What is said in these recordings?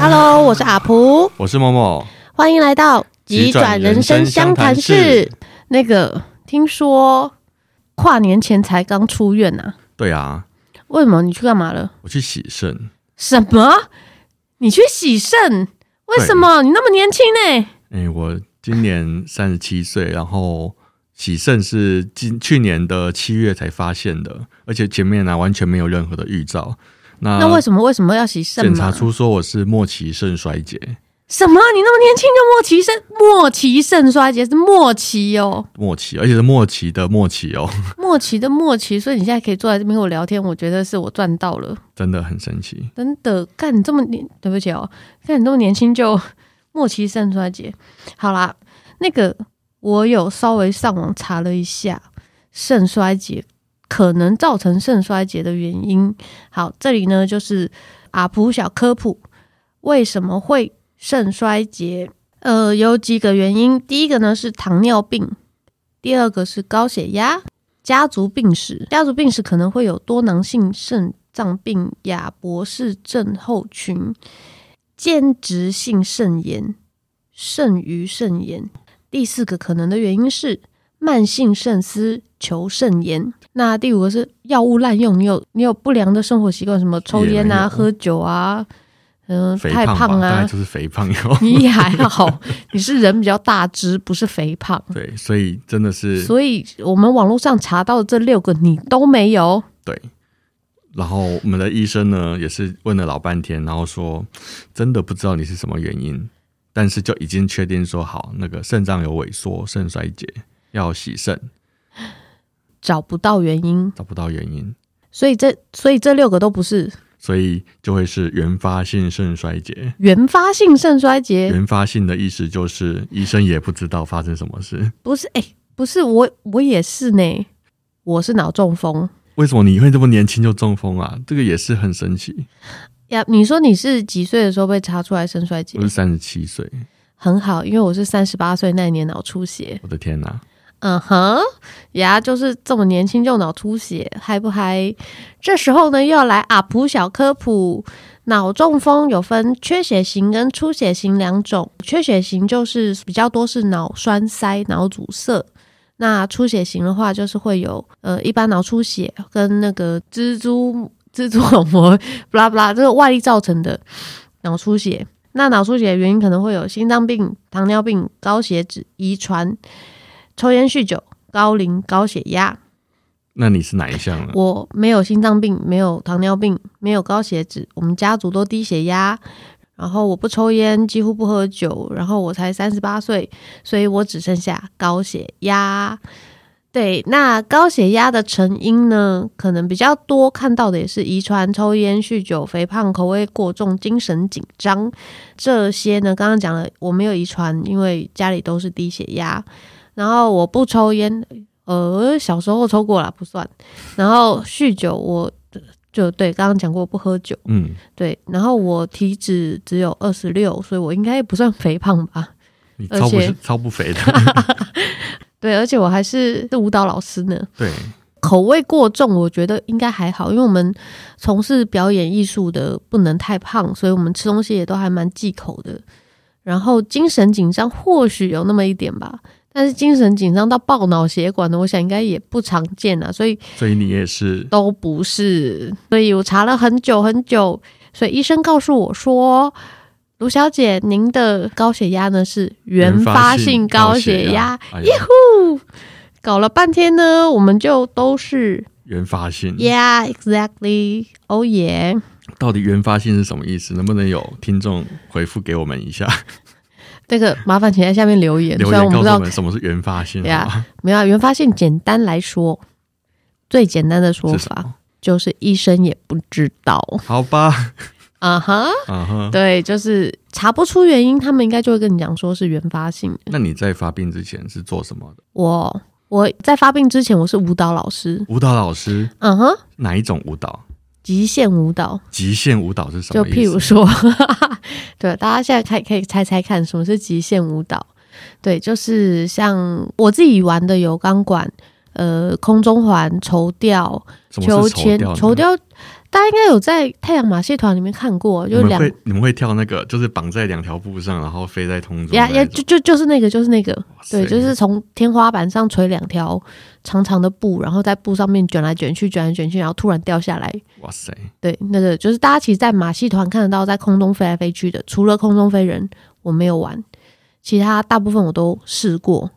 Hello，我是阿蒲，我是某某，欢迎来到急转人生相谈室。那个，听说跨年前才刚出院呐、对啊，为什么你去干嘛了？我去洗肾，什么？你去洗肾？为什么你那么年轻呢？哎、我今年三十七岁，然后洗肾是今去年的七月才发现的，而且前面呢、啊完全没有任何的预兆。那那为什么为什么要洗肾啊检嘛查？出说我是末期肾衰竭，什么？你那么年轻就末期肾末期肾衰竭是末期哦，末期，而且是末期的末期哦， 末期的末期，所以你现在可以坐在这边跟我聊天，我觉得是我赚到了。真的很神奇。真的，干你这么年，对不起哦，干你这么年轻就 末期肾衰竭。好啦，那个我有稍微上网查了一下肾衰竭可能造成肾衰竭的原因。好，这里呢就是阿普小科普，为什么会肾衰竭？呃，有几个原因，第一个呢是糖尿病，第二个是高血压。家族病史，家族病史可能会有多囊性肾脏病、亚博士症候群、间质性肾炎、肾盂肾炎。第四个可能的原因是慢性肾丝球肾炎。那第五个是药物滥用，你有你有不良的生活习惯，什么抽烟也没啊、有喝酒啊，嗯、肥太胖吧，胖大概啊，就是肥 胖哟。你也还好， 你是人比较大只，不是肥胖。对，所以真的是所以我们网络上查到的这六个你都没有，对。然后我们的医生呢，也是问了老半天，然后说真的不知道你是什么原因，但是就已经确定说好，那个肾脏有萎缩、肾衰竭，要洗肾，找不到原因，找不到原因，所以这所以这六个都不是所以就会是原发性肾衰竭。原发性肾衰竭，原发性的意思就是医生也不知道发生什么事。不是哎、不是我我也是呢，我是脑中风为什么你会这么年轻就中风啊？这个也是很神奇。呀。你说你是几岁的时候被查出来肾衰竭我？是三十七岁，很好，因为我是三十八岁那一年脑出血。我的天哪、嗯哼，呀，就是这么年轻就脑出血，嗨不嗨？这时候呢，又要来阿普小科普。脑中风有分缺血型跟出血型两种，缺血型就是比较多是脑栓塞、脑阻塞。那出血型的话，就是会有呃一般脑出血跟那个蜘蛛蜘蛛网膜不拉不拉，这个外力造成的脑出血。那脑出血的原因可能会有心脏病、糖尿病、高血脂、遗传、抽烟、酗酒、高龄、高血压。那你是哪一项呢？我没有心脏病，没有糖尿病，没有高血脂，我们家族都低血压。然后我不抽烟，几乎不喝酒，然后我才三十八岁，所以我只剩下高血压。对，那高血压的成因呢，可能比较多看到的也是遗传、抽烟、酗酒、肥胖、口味过重、精神紧张这些呢。刚刚讲了，我没有遗传，因为家里都是低血压。然后我不抽烟，呃，小时候抽过啦，不算。然后酗酒我就对刚刚讲过不喝酒，嗯，对，然后我体脂只有二十六，所以我应该也不算肥胖吧？ 你而超不且是超不肥的， 对，而且我还是是舞蹈老师呢。对。口味过重，我觉得应该还好，因为我们从事表演艺术的不能太胖，所以我们吃东西也都还蛮忌口的。然后精神紧张或许有那么一点吧，但是精神紧张到爆脑血管的，我想应该也不常见啊，所以所以你也是都不是，所以我查了很久很久，所以医生告诉我说，卢小姐，您的高血压呢是原发性高血压。，哎呀搞了半天呢，我们就都是原发性。 Yeah, exactly. Oh yeah. 到底原发性是什么意思？能不能有听众回复给我 们一下？这个麻烦请在下面留言，留虽然言我们告不知道诉我们什么是原发性，对啊好吗没有啊原发性，简单来说，最简单的说是什法么？就是医生也不知道。好吧， 啊哈，嗯哼。对，就是查不出原因，他们应该就会跟你讲说是原发性的。那你在发病之前是做什么的？我我在发病之前，我是舞蹈老师，舞蹈老师嗯哼，哪一种舞蹈？极限舞蹈，极限舞蹈是什就么意譬如思？说，对，大家现在可以可以猜猜看什么是极限舞蹈？对，就是像我自己玩的有钢管，呃空中环、绸吊、什秋么是千、绸绸吊呢？吊，大家应该有在太阳马戏团里面看过，你就们两会你们会跳那个，就是绑在两条布上，然后飞在空中的呀那呀，种。就就就是那个，就是那个，哇塞对，就是从天花板上垂两条长长的布，然后在布上面卷来卷去，卷来卷去，然后突然掉下来。哇塞，对，那个就是大家其实，在马戏团看得到在空中飞来飞去的，除了空中飞人，我没有玩，其他大部分我都试过。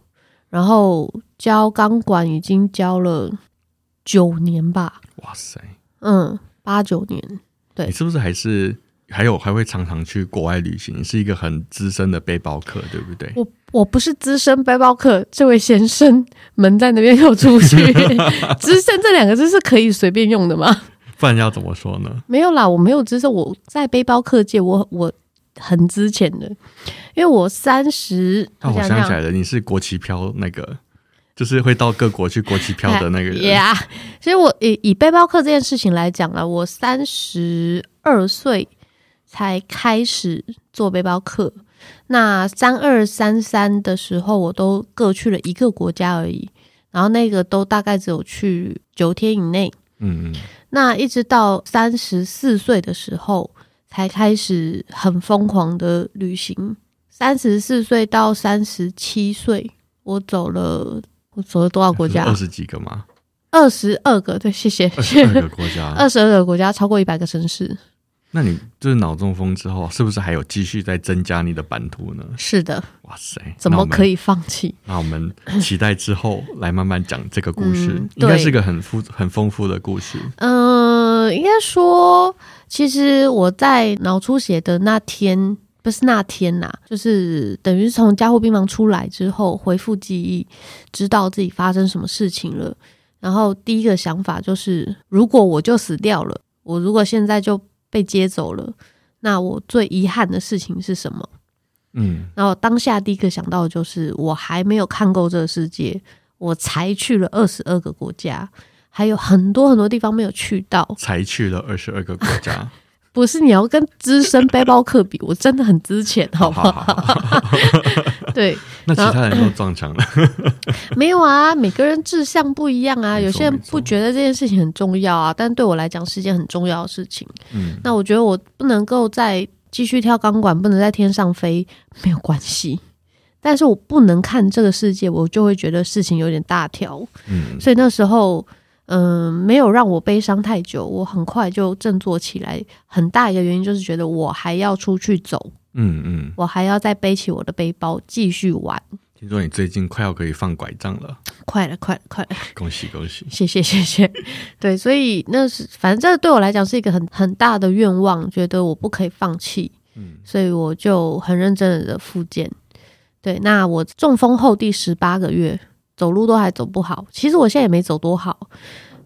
然后教钢管已经教了九年吧，哇塞，嗯，八九年。对你是不是还是还有还会常常去国外旅行？你是一个很资深的背包客，对不对？我我不是资深背包客，这位先生门在那边 又出 去，资深这两个字是可以随便用的吗？不然要怎么说呢？没有啦，我没有资深，我在背包客界我我很之前的，因为我三十，啊，我想想起来想。了，你是国旗飘那个，就是会到各国去国旗飘的那个人。呀所以我以以背包客这件事情来讲啦，我三十二岁才开始做背包客。那三二三三的时候，我都各去了一个国家而已，然后那个都大概只有去九天以内。嗯嗯，那一直到三十四岁的时候，才开始很疯狂的旅行。三十四岁到三十七岁，我走了，我走了多少国家二？十几个嘛，二十二个，对，谢谢，二十二个国家。 二十二个国家，超过一百个城市。那你就是脑中风之后，是不是还有继续在增加你的版图呢？是的，哇塞，怎么可以？以放弃？那我们期待之后来慢慢讲这个故事，嗯应该对是个很富、很丰富的故事。嗯、应该说，其实我在脑出血的那天，不是那天呐、就是等于是从加护病房出来之后，恢复记忆，知道自己发生什么事情了。然后第一个想法就是，如果我就死掉了，我如果现在就被接走了，那我最遗憾的事情是什么？嗯，然后当下第一个想到的就是，我还没有看够这个世界，我才去了二十二个国家，还有很多很多地方没有去到。才去了二十二个国家，不是你要跟资深背包客比，我真的很资浅， 好不好好？好好。对，那其他人都撞 墙了，没有啊，每个人志向不一样啊，没错有些人不没错觉得这件事情很重要啊，但对我来讲是一件很重要的事情。嗯，那我觉得我不能够再继续跳钢管，不能在天上飞，没有关系。但是我不能看这个世界，我就会觉得事情有点大条。嗯，所以那时候，嗯、没有让我悲伤太久，我很快就振作起来。很大一个原因就是觉得我还要出去走，嗯嗯，我还要再背起我的背包继续玩。听说你最近快要可以放拐杖了，快了，快了，快了！恭喜恭喜！谢谢，谢谢。 对，所以那是反正这对我来讲是一个很很大的愿望，觉得我不可以放弃，嗯，所以我就很认真的复健。对，那我中风后第十八个月，走路都还走不好，其实我现在也没走多好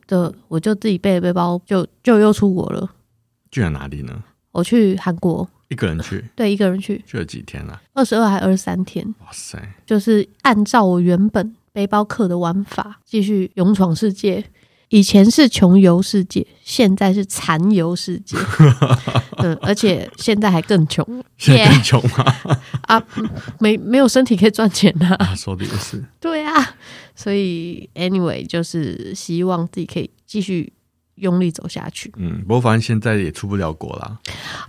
的，我就自己背着背包就就又出国了。去了哪里呢？我去韩国，一个人 去，对，一个人去去了几天啊？二十二还二十三天，哇塞，就是按照我原本背包客的玩法继续勇闯世界。以前是穷游世界，现在是残游世界。 嗯，而且现在还更穷现在更穷吗？啊，嗯没没有身体可以赚钱啊。啊， 说的也是，对啊，所以 anyway 就是希望自己可以继续用力走下去。嗯，不过反正现在也出不了国啦，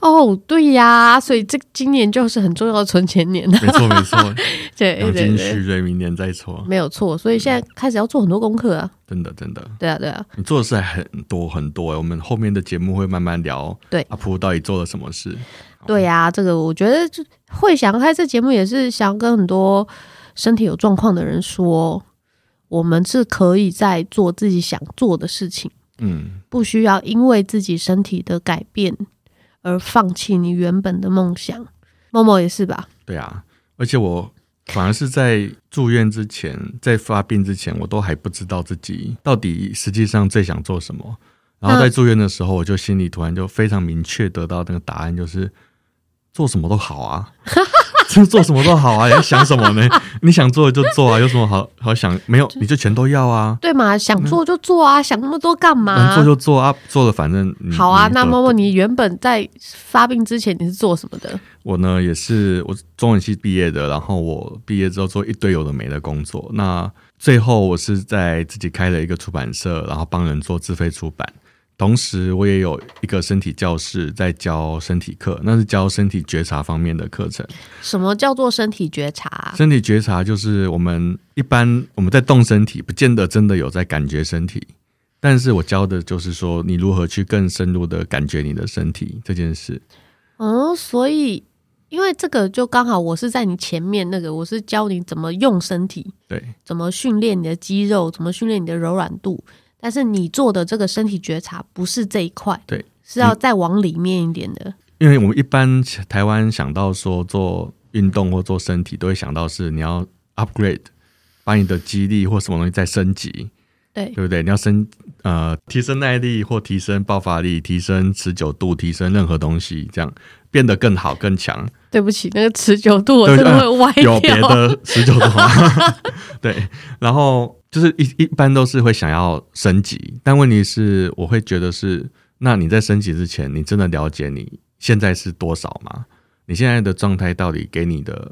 哦，对呀、所以这今年就是很重要的存钱年了。没错没错， 对养对精对，蓄锐，明年再说，没有错。所以现在开始要做很多功课啊。真的真的，对啊，对啊，你做的事还很多很多、欸，我们后面的节目会慢慢聊，对阿普到底做了什么事？对呀、这个我觉得就会想开这节目，也是想跟很多身体有状况的人说，我们是可以在做自己想做的事情，嗯，不需要因为自己身体的改变而放弃你原本的梦想。默默也是吧？对啊，而且我反而是在住院之前，在发病之前，我都还不知道自己到底实际上最想做什么。然后在住院的时候，我就心里突然就非常明确得到那个答案，就是做什么都好 啊，就是做什么都好啊，你在想什么呢？你想做就做啊，有什么好好想？没有你就全都要啊，对嘛？想做就做啊，想那么多干嘛能？做就做啊，做了反正你好啊，你那得默默，你原本在发病之前你是做什么的？我呢也是我中文系毕业的，然后我毕业之后做一堆有的没的工作。那最后我是在自己开了一个出版社，然后帮人做自费出版。同时，我也有一个身体教室在教身体课，那是教身体觉察方面的课程。什么叫做身体觉察啊？身体觉察就是我们一般我们在动身体，不见得真的有在感觉身体，但是我教的就是说你如何去更深入的感觉你的身体这件事。哦，所以因为这个就刚好我是在你前面那个，我是教你怎么用身体，对，怎么训练你的肌肉，怎么训练你的柔软度。但是你做的这个身体觉察不是这一块，对，是要再往里面一点的。因为我们一般台湾想到说做运动或做身体，都会想到是你要 upgrade，把你的肌力或什么东西再升级，对，对不对？你要升呃提升耐力或提升爆发力、提升持久度、提升任何东西，这样变得更好更强。对不起，那个持久度我对啊真的会歪有别掉。的持久的话，对，然后就是一一般都是会想要升级，但问题是我会觉得是，那你在升级之前，你真的了解你现在是多少吗？你现在的状态到底给你的，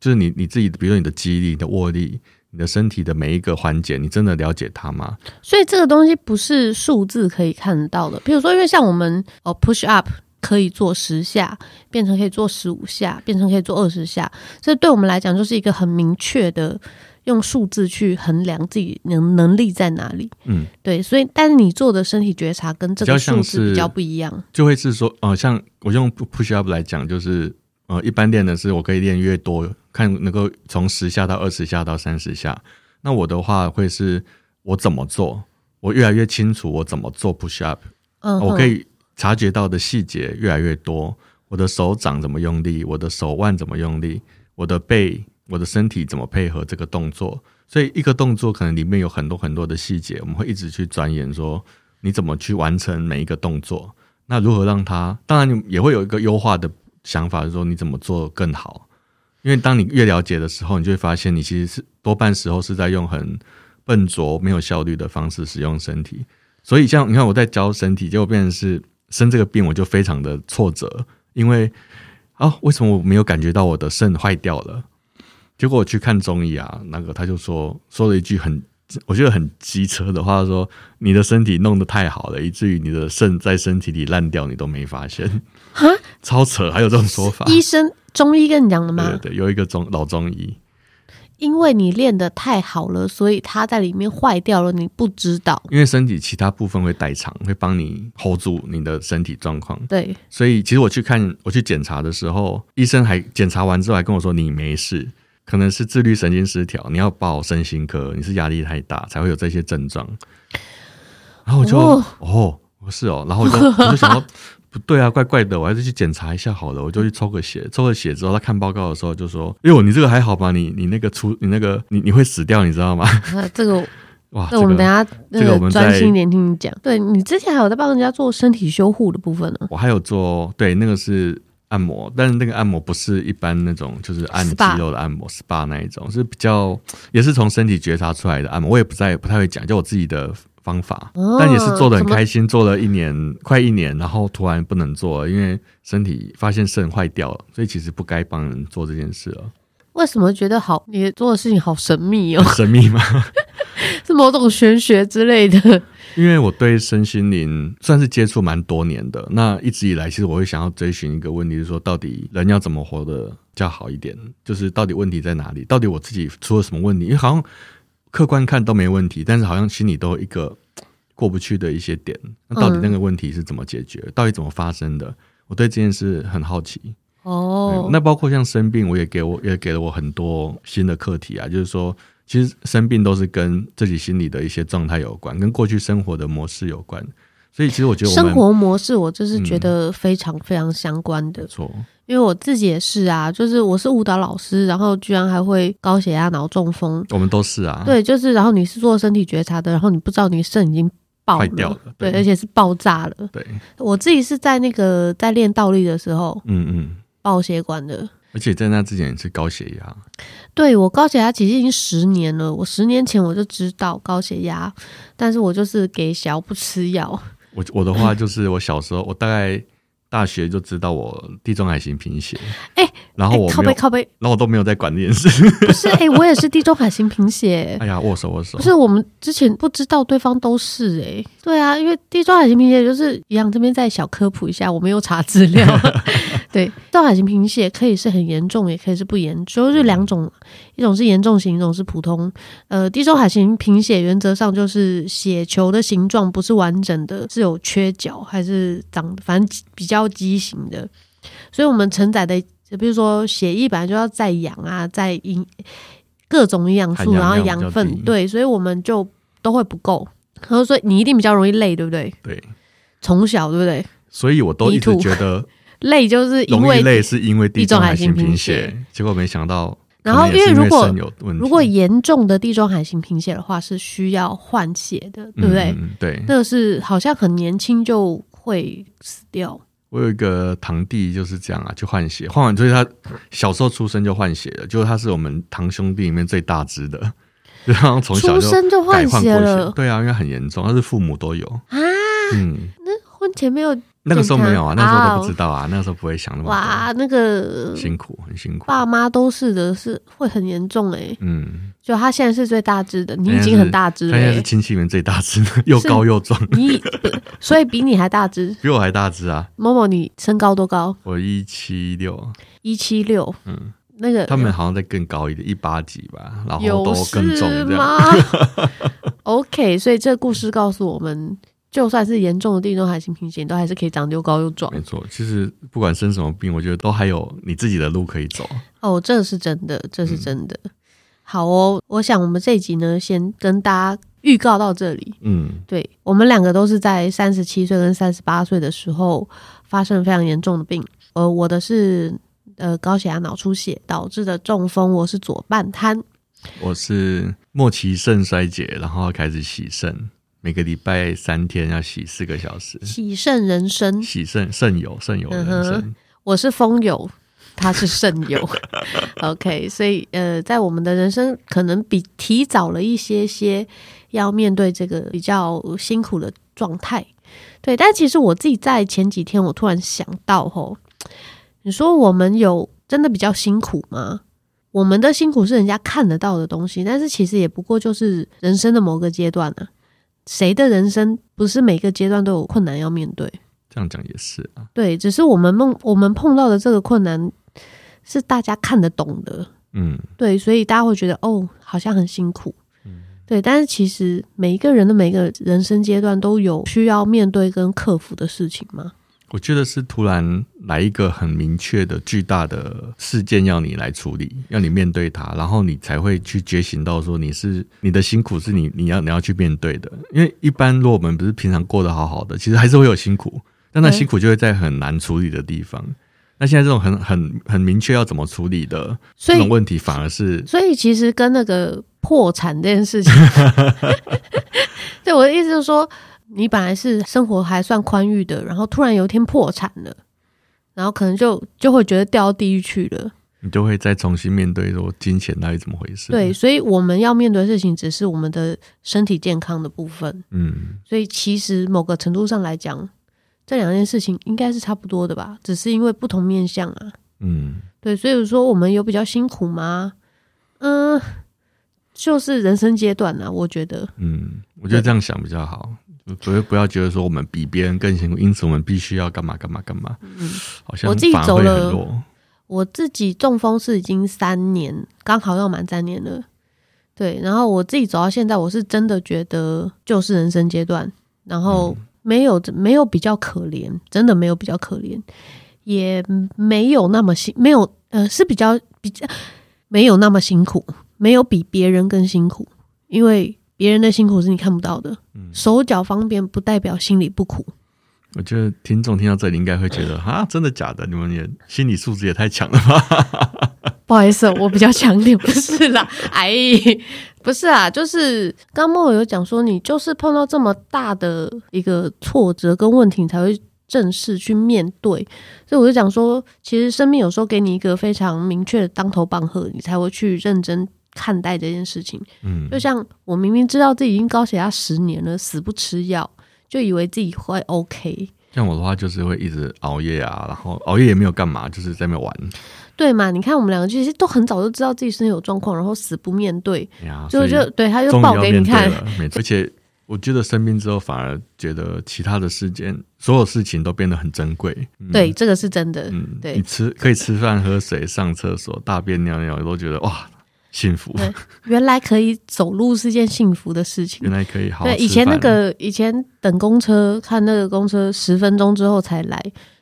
就是你你自己，比如说你的肌力、你的握力、你的身体的每一个环节，你真的了解它吗？所以这个东西不是数字可以看得到的。比如说，因为像我们哦 push up 可以做十下，变成可以做十五下，变成可以做二十下，这对我们来讲就是一个很明确的用数字去衡量自己能能力在哪里。嗯，对，所以但是你做的身体觉察跟这比个较像数字是比较不一样。就会是说，呃，像我用 push up 来讲，就是呃，一般练的是我可以练越多，看能够从十下到二十下到三十下。那我的话会是我怎么做，我越来越清楚我怎么做 push up，、嗯哼，哦我可以察觉到的细节越来越多，我的手掌怎么用力，我的手腕怎么用力，我的背、我的身体怎么配合这个动作。所以一个动作可能里面有很多很多的细节，我们会一直去钻研说你怎么去完成每一个动作。那如何让它？当然你也会有一个优化的想法，就是说你怎么做更好。因为当你越了解的时候，你就会发现你其实是多半时候是在用很笨拙、没有效率的方式使用身体。所以像你看我在教身体，结果变成是生这个病，我就非常的挫折，因为啊，为什么我没有感觉到我的肾坏掉了？结果我去看中医啊，那个他就说说了一句很我觉得很机车的话说，你的身体弄得太好了，以至于你的肾在身体里烂掉，你都没发现，哈，超扯，还有这种说法。医生中医跟你讲的吗？对对对，有一个中老中医，因为你练得太好了，所以它在里面坏掉了，你不知道。因为身体其他部分会代偿，会帮你 hold 住你的身体状况。对，所以其实我去看我去检查的时候，医生还检查完之后还跟我说你没事，可能是自律神经失调，你要报身心科，你是压力太大才会有这些症 状。然后我就哦哦不是哦，然后我就我就想说不对啊，怪怪的，我还是去检查一下好了，我就去抽个血，抽了血之后他看报告的时候就说，哎呦你这个还好吧，你你那个出你那个你你会死掉你知道吗？那呃这个哇，那我们啊这等一下那个这个我们专再心一点听你讲。对你之前还有在帮人家做身体修护的部分呢，我还有做对那个是按摩，但是那个按摩不是一般那种就是按肌 SPA 肉的按摩 SPA 那一种，是比较也是从身体觉察出来的按摩。我也不在不太会讲，就我自己的方法，哦但也是做的很怎么开心，做了一年快一年，然后突然不能做了，因为身体发现肾坏掉了，所以其实不该帮人做这件事了，为什么觉得好？你做的事情好神秘哦， 很神秘吗？是某种玄学之类的。因为我对身心灵算是接触蛮多年的，那一直以来，其实我会想要追寻一个问题，就是说到底人要怎么活得较好一点，就是到底问题在哪里，到底我自己出了什么问题？因为好像客观看都没问题，但是好像心里都有一个嘖过不去的一些点，那到底那个问题是怎么解决，到底怎么发生的？我对这件事很好奇。哦对，那包括像生病，我也给我也给了我很多新的课题啊，就是说，其实生病都是跟自己心理的一些状态有关，跟过去生活的模式有关。所以其实我觉得我们嗯生活模式我就是觉得非常非常相关的没，错，因为我自己也是啊，就是我是舞蹈老师，然后居然还会高血压、脑中风，我们都是啊，，对，就是然后你是做身体觉察的，然后你不知道你肾已经爆坏掉了对，对而且是爆炸了。对，我自己是在那个在练倒立的时候嗯嗯，爆血管的。而且在那之前也是高血压，对我高血压其实已经十年了，我十年前我就知道高血压，但是我就是给小不吃药。我我的话就是我小时候，我大概。大学就知道我地中海型贫血，哎然后我哎靠没有背，靠背，然后我都没有在管这件事。 不是哎、我也是地中海型贫血，哎呀，握手握手不， 是我们之前不知道对方都是哎、对啊，因为地中海型贫血就是一样，这边再小科普一下，我没有查资 料。 对，地中海型贫血可以是很严重，也可以是不严重，就是两嗯种，一种是严重型，一种是普通。呃，地中海型贫血原则上就是血球的形状不是完整的，是有缺角还是长，反正比较畸形的，所以我们承载的。比如说，血液本来就要载氧啊，载营各种营养素，含氧然后量比养较分，低对。对，所以我们就都会不够。然后所以你一定比较容易累，对不对？对，从小对不对？所以我都一直 Me too 觉得累就是因容易为累是因为地中海型贫地中海型血，结果没想到，然后可能也是因为如果因肾有问题，如果严重的地中海型贫血的话，是需要换血的，对不对？嗯？嗯对，那个是好像很年轻就会死掉，我有一个堂弟就是这样啊，就换血，换完就是他小时候出生就换血了，就是他是我们堂兄弟里面最大只的，就好像从小出就生就改换换血过了对啊，因为很严重，他是父母都有。啊！嗯，婚前没有那个时候没有啊，那健康时候都不知道啊，那时候不会想那么哇，那个多，辛苦，很辛苦。爸妈都是的，是会很严重哎、嗯，就他现在是最大只的，你已他现在经是很大只他了现在哎是欸、亲戚里面最大只的，又高又壮，你 不所以比你还大只。比我还大只啊，某某，你身高多高？我一七六，啊一七六，嗯，那个他们好像再更高一点，一八几吧，然后有都事更重这样。 吗？OK，所以这个故事告诉我们，就算是严重的地中海型贫血，你都还是可以长得又高又壮没。错，其实不管生什么病，我觉得都还有你自己的路可以走。哦，这是真的，这是真的。好哦，我想我们这一集呢，先跟大家预告到这里。嗯，对我们两个都是在三十七岁跟三十八岁的时候发生了非常严重的病。呃，我的是呃高血压脑出血导致的中风，我是左半瘫。我是末期肾衰竭，然后开始洗肾，每个礼拜三天要洗四个小时，喜胜人生，洗肾肾友肾友人生。嗯我是风友，他是肾友。OK，所以呃，在我们的人生可能比提早了一些些要面对这个比较辛苦的状态。对，但其实我自己在前几天，我突然想到，吼，你说我们有真的比较辛苦吗？我们的辛苦是人家看得到的东西，但是其实也不过就是人生的某个阶段啊。谁的人生不是每个阶段都有困难要面对？这样讲也是啊，对，只是我们梦我们碰到的这个困难是大家看得懂的，嗯，对，所以大家会觉得哦，好像很辛苦，对，但是其实每一个人的每个人生阶段都有需要面对跟克服的事情嘛，我觉得是突然来一个很明确的巨大的事件要你来处理，要你面对它，然后你才会去觉醒到说你是你的辛苦是你你要你要去面对的。因为一般如果我们不是平常过得好好的，其实还是会有辛苦，但那对辛苦就会在很难处理的地方。那现在这种很很很明确要怎么处理的所这以种问题，反而是所以其实跟那个破产这件事情，对我的意思就是说，你本来是生活还算宽裕的，然后突然有一天破产了，然后可能就就会觉得掉到地狱去了。你就会再重新面对说金钱到底怎么回事。对，，所以我们要面对的事情只是我们的身体健康的部分，嗯，所以其实某个程度上来讲，这两件事情应该是差不多的吧，只是因为不同面向啊。嗯，对，所以说我们有比较辛苦吗？嗯，就是人生阶段啊，我觉得嗯，我觉得这样想比较好，不要不要觉得说我们比别人更辛苦，因此我们必须要干嘛干嘛干嘛。好嗯像我自己反而走会了很弱。我自己中风是已经三年，刚好要满三年了。对，然后我自己走到现在，我是真的觉得就是人生阶段，然后没有、没有比较可怜，真的没有比较可怜，也没有那么辛，没有呃是比较比较没有那么辛苦，没有比别人更辛苦，因为别人的辛苦是你看不到的，手脚方便不代表心里不苦。我觉得听众听到这里应该会觉得啊，真的假的？你们也心理素质也太强了吧？ 不好意思，我比较强烈，不是啦，哎，不是啊，就是刚莫有讲说，你就是碰到这么大的一个挫折跟问题，你才会正式去面对。所以我就讲说，其实生命有时候给你一个非常明确的当头棒喝，你才会去认真看待这件事情。嗯就像我明明知道自己已经高血压十年了，死不吃药，就以为自己会 OK。像我的话，就是会一直熬夜啊，然后熬夜也没有干嘛，就是在那边玩。对嘛？你看我们两个其实都很早就知道自己身体有状况，然后死不面对，哎呀，就所以就对他就终于报要给你面对看。了，没错。而且我觉得生病之后，反而觉得其他的事件，所有事情都变得很珍贵。嗯、对，，这个是真的。嗯， 对你吃可以吃饭、喝水、上厕所、大便、尿尿，都觉得哇，幸福。对原来可以走路是件幸福的事情 原。来可以好好对，吃以前那饭个以前等公车，看那个公车十分钟之后才来，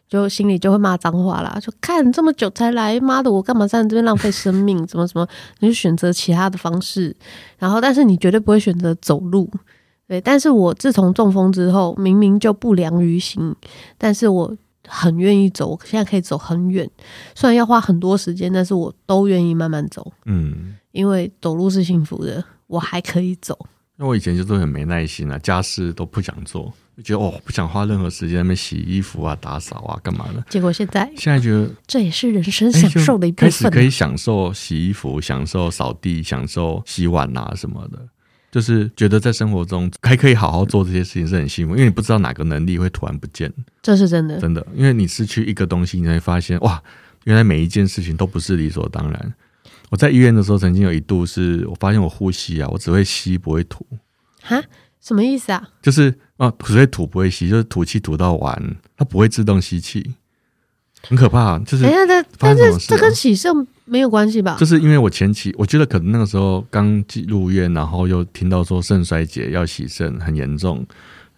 就心里就会骂脏话啦，就看这么久才来，妈的，我干嘛站在这边浪费生命？怎么怎么？你就选择其他的方式，然后但是你绝对不会选择走路。对，但是我自从中风之后，明明就不良于行，但是我很愿意走，我现在可以走很远，虽然要花很多时间，但是我都愿意慢慢走，嗯，因为走路是幸福的，我还可以走。因为我以前就是很没耐心啊，家事都不想做，就觉得哦不想花任何时间在那边洗衣服啊、打扫啊、干嘛的。结果现在现在觉得这也是人生哎享就受的一部开始分。可以享受洗衣服、享受扫地、享受洗碗啊什么的，就是觉得在生活中还可以好好做这些事情是很幸福，因为你不知道哪个能力会突然不见，这是真的。真的，因为你失去一个东西，你才会发现哇，原来每一件事情都不是理所当然。我在医院的时候，曾经有一度是我发现我呼吸啊，我只会吸不会吐，哈，什么意思啊？就是啊，所以吐不会吸，就是吐气吐到完，它不会自动吸气，很可怕。就是等一下，哎这发但生什是么事了这跟喜盛没有关系吧就？是因为我前期，我觉得可能那个时候刚进入院，然后又听到说肾衰竭要洗肾很严重，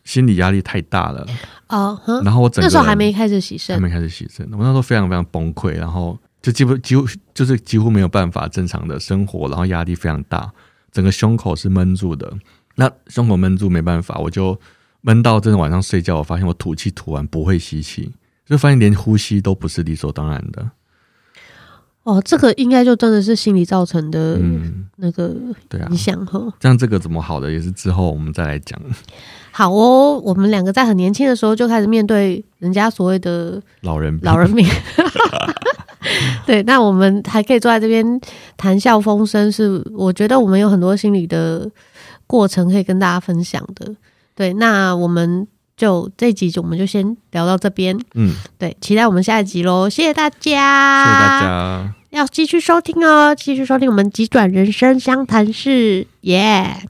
心理压力太大了。哦，哼，然后我整个那时候还人没开始喜还盛，没开始洗肾，我那时候非常非常崩溃，然后就几乎几乎就是几乎没有办法正常的生活，然后压力非常大，整个胸口是闷住的。那胸口闷住没办法，我就闷到真的晚上睡觉，我发现我吐气吐完不会吸气，就发现连呼吸都不是理所当然的。哦，这个应该就真的是心理造成的嗯，那个对啊影。响哈。这样这个怎么好的也是之后我们再来讲。好哦，我们两个在很年轻的时候就开始面对人家所谓的老人病老人命。 对，那我们还可以坐在这边谈笑风生是，我觉得我们有很多心理的过程可以跟大家分享的。对，那我们就这集就我们就先聊到这边，嗯，谢对，期待我们下一集喽，谢谢大家，谢谢谢大大，家。要继续收听哦，继续收听我们急转人生相谈室，耶、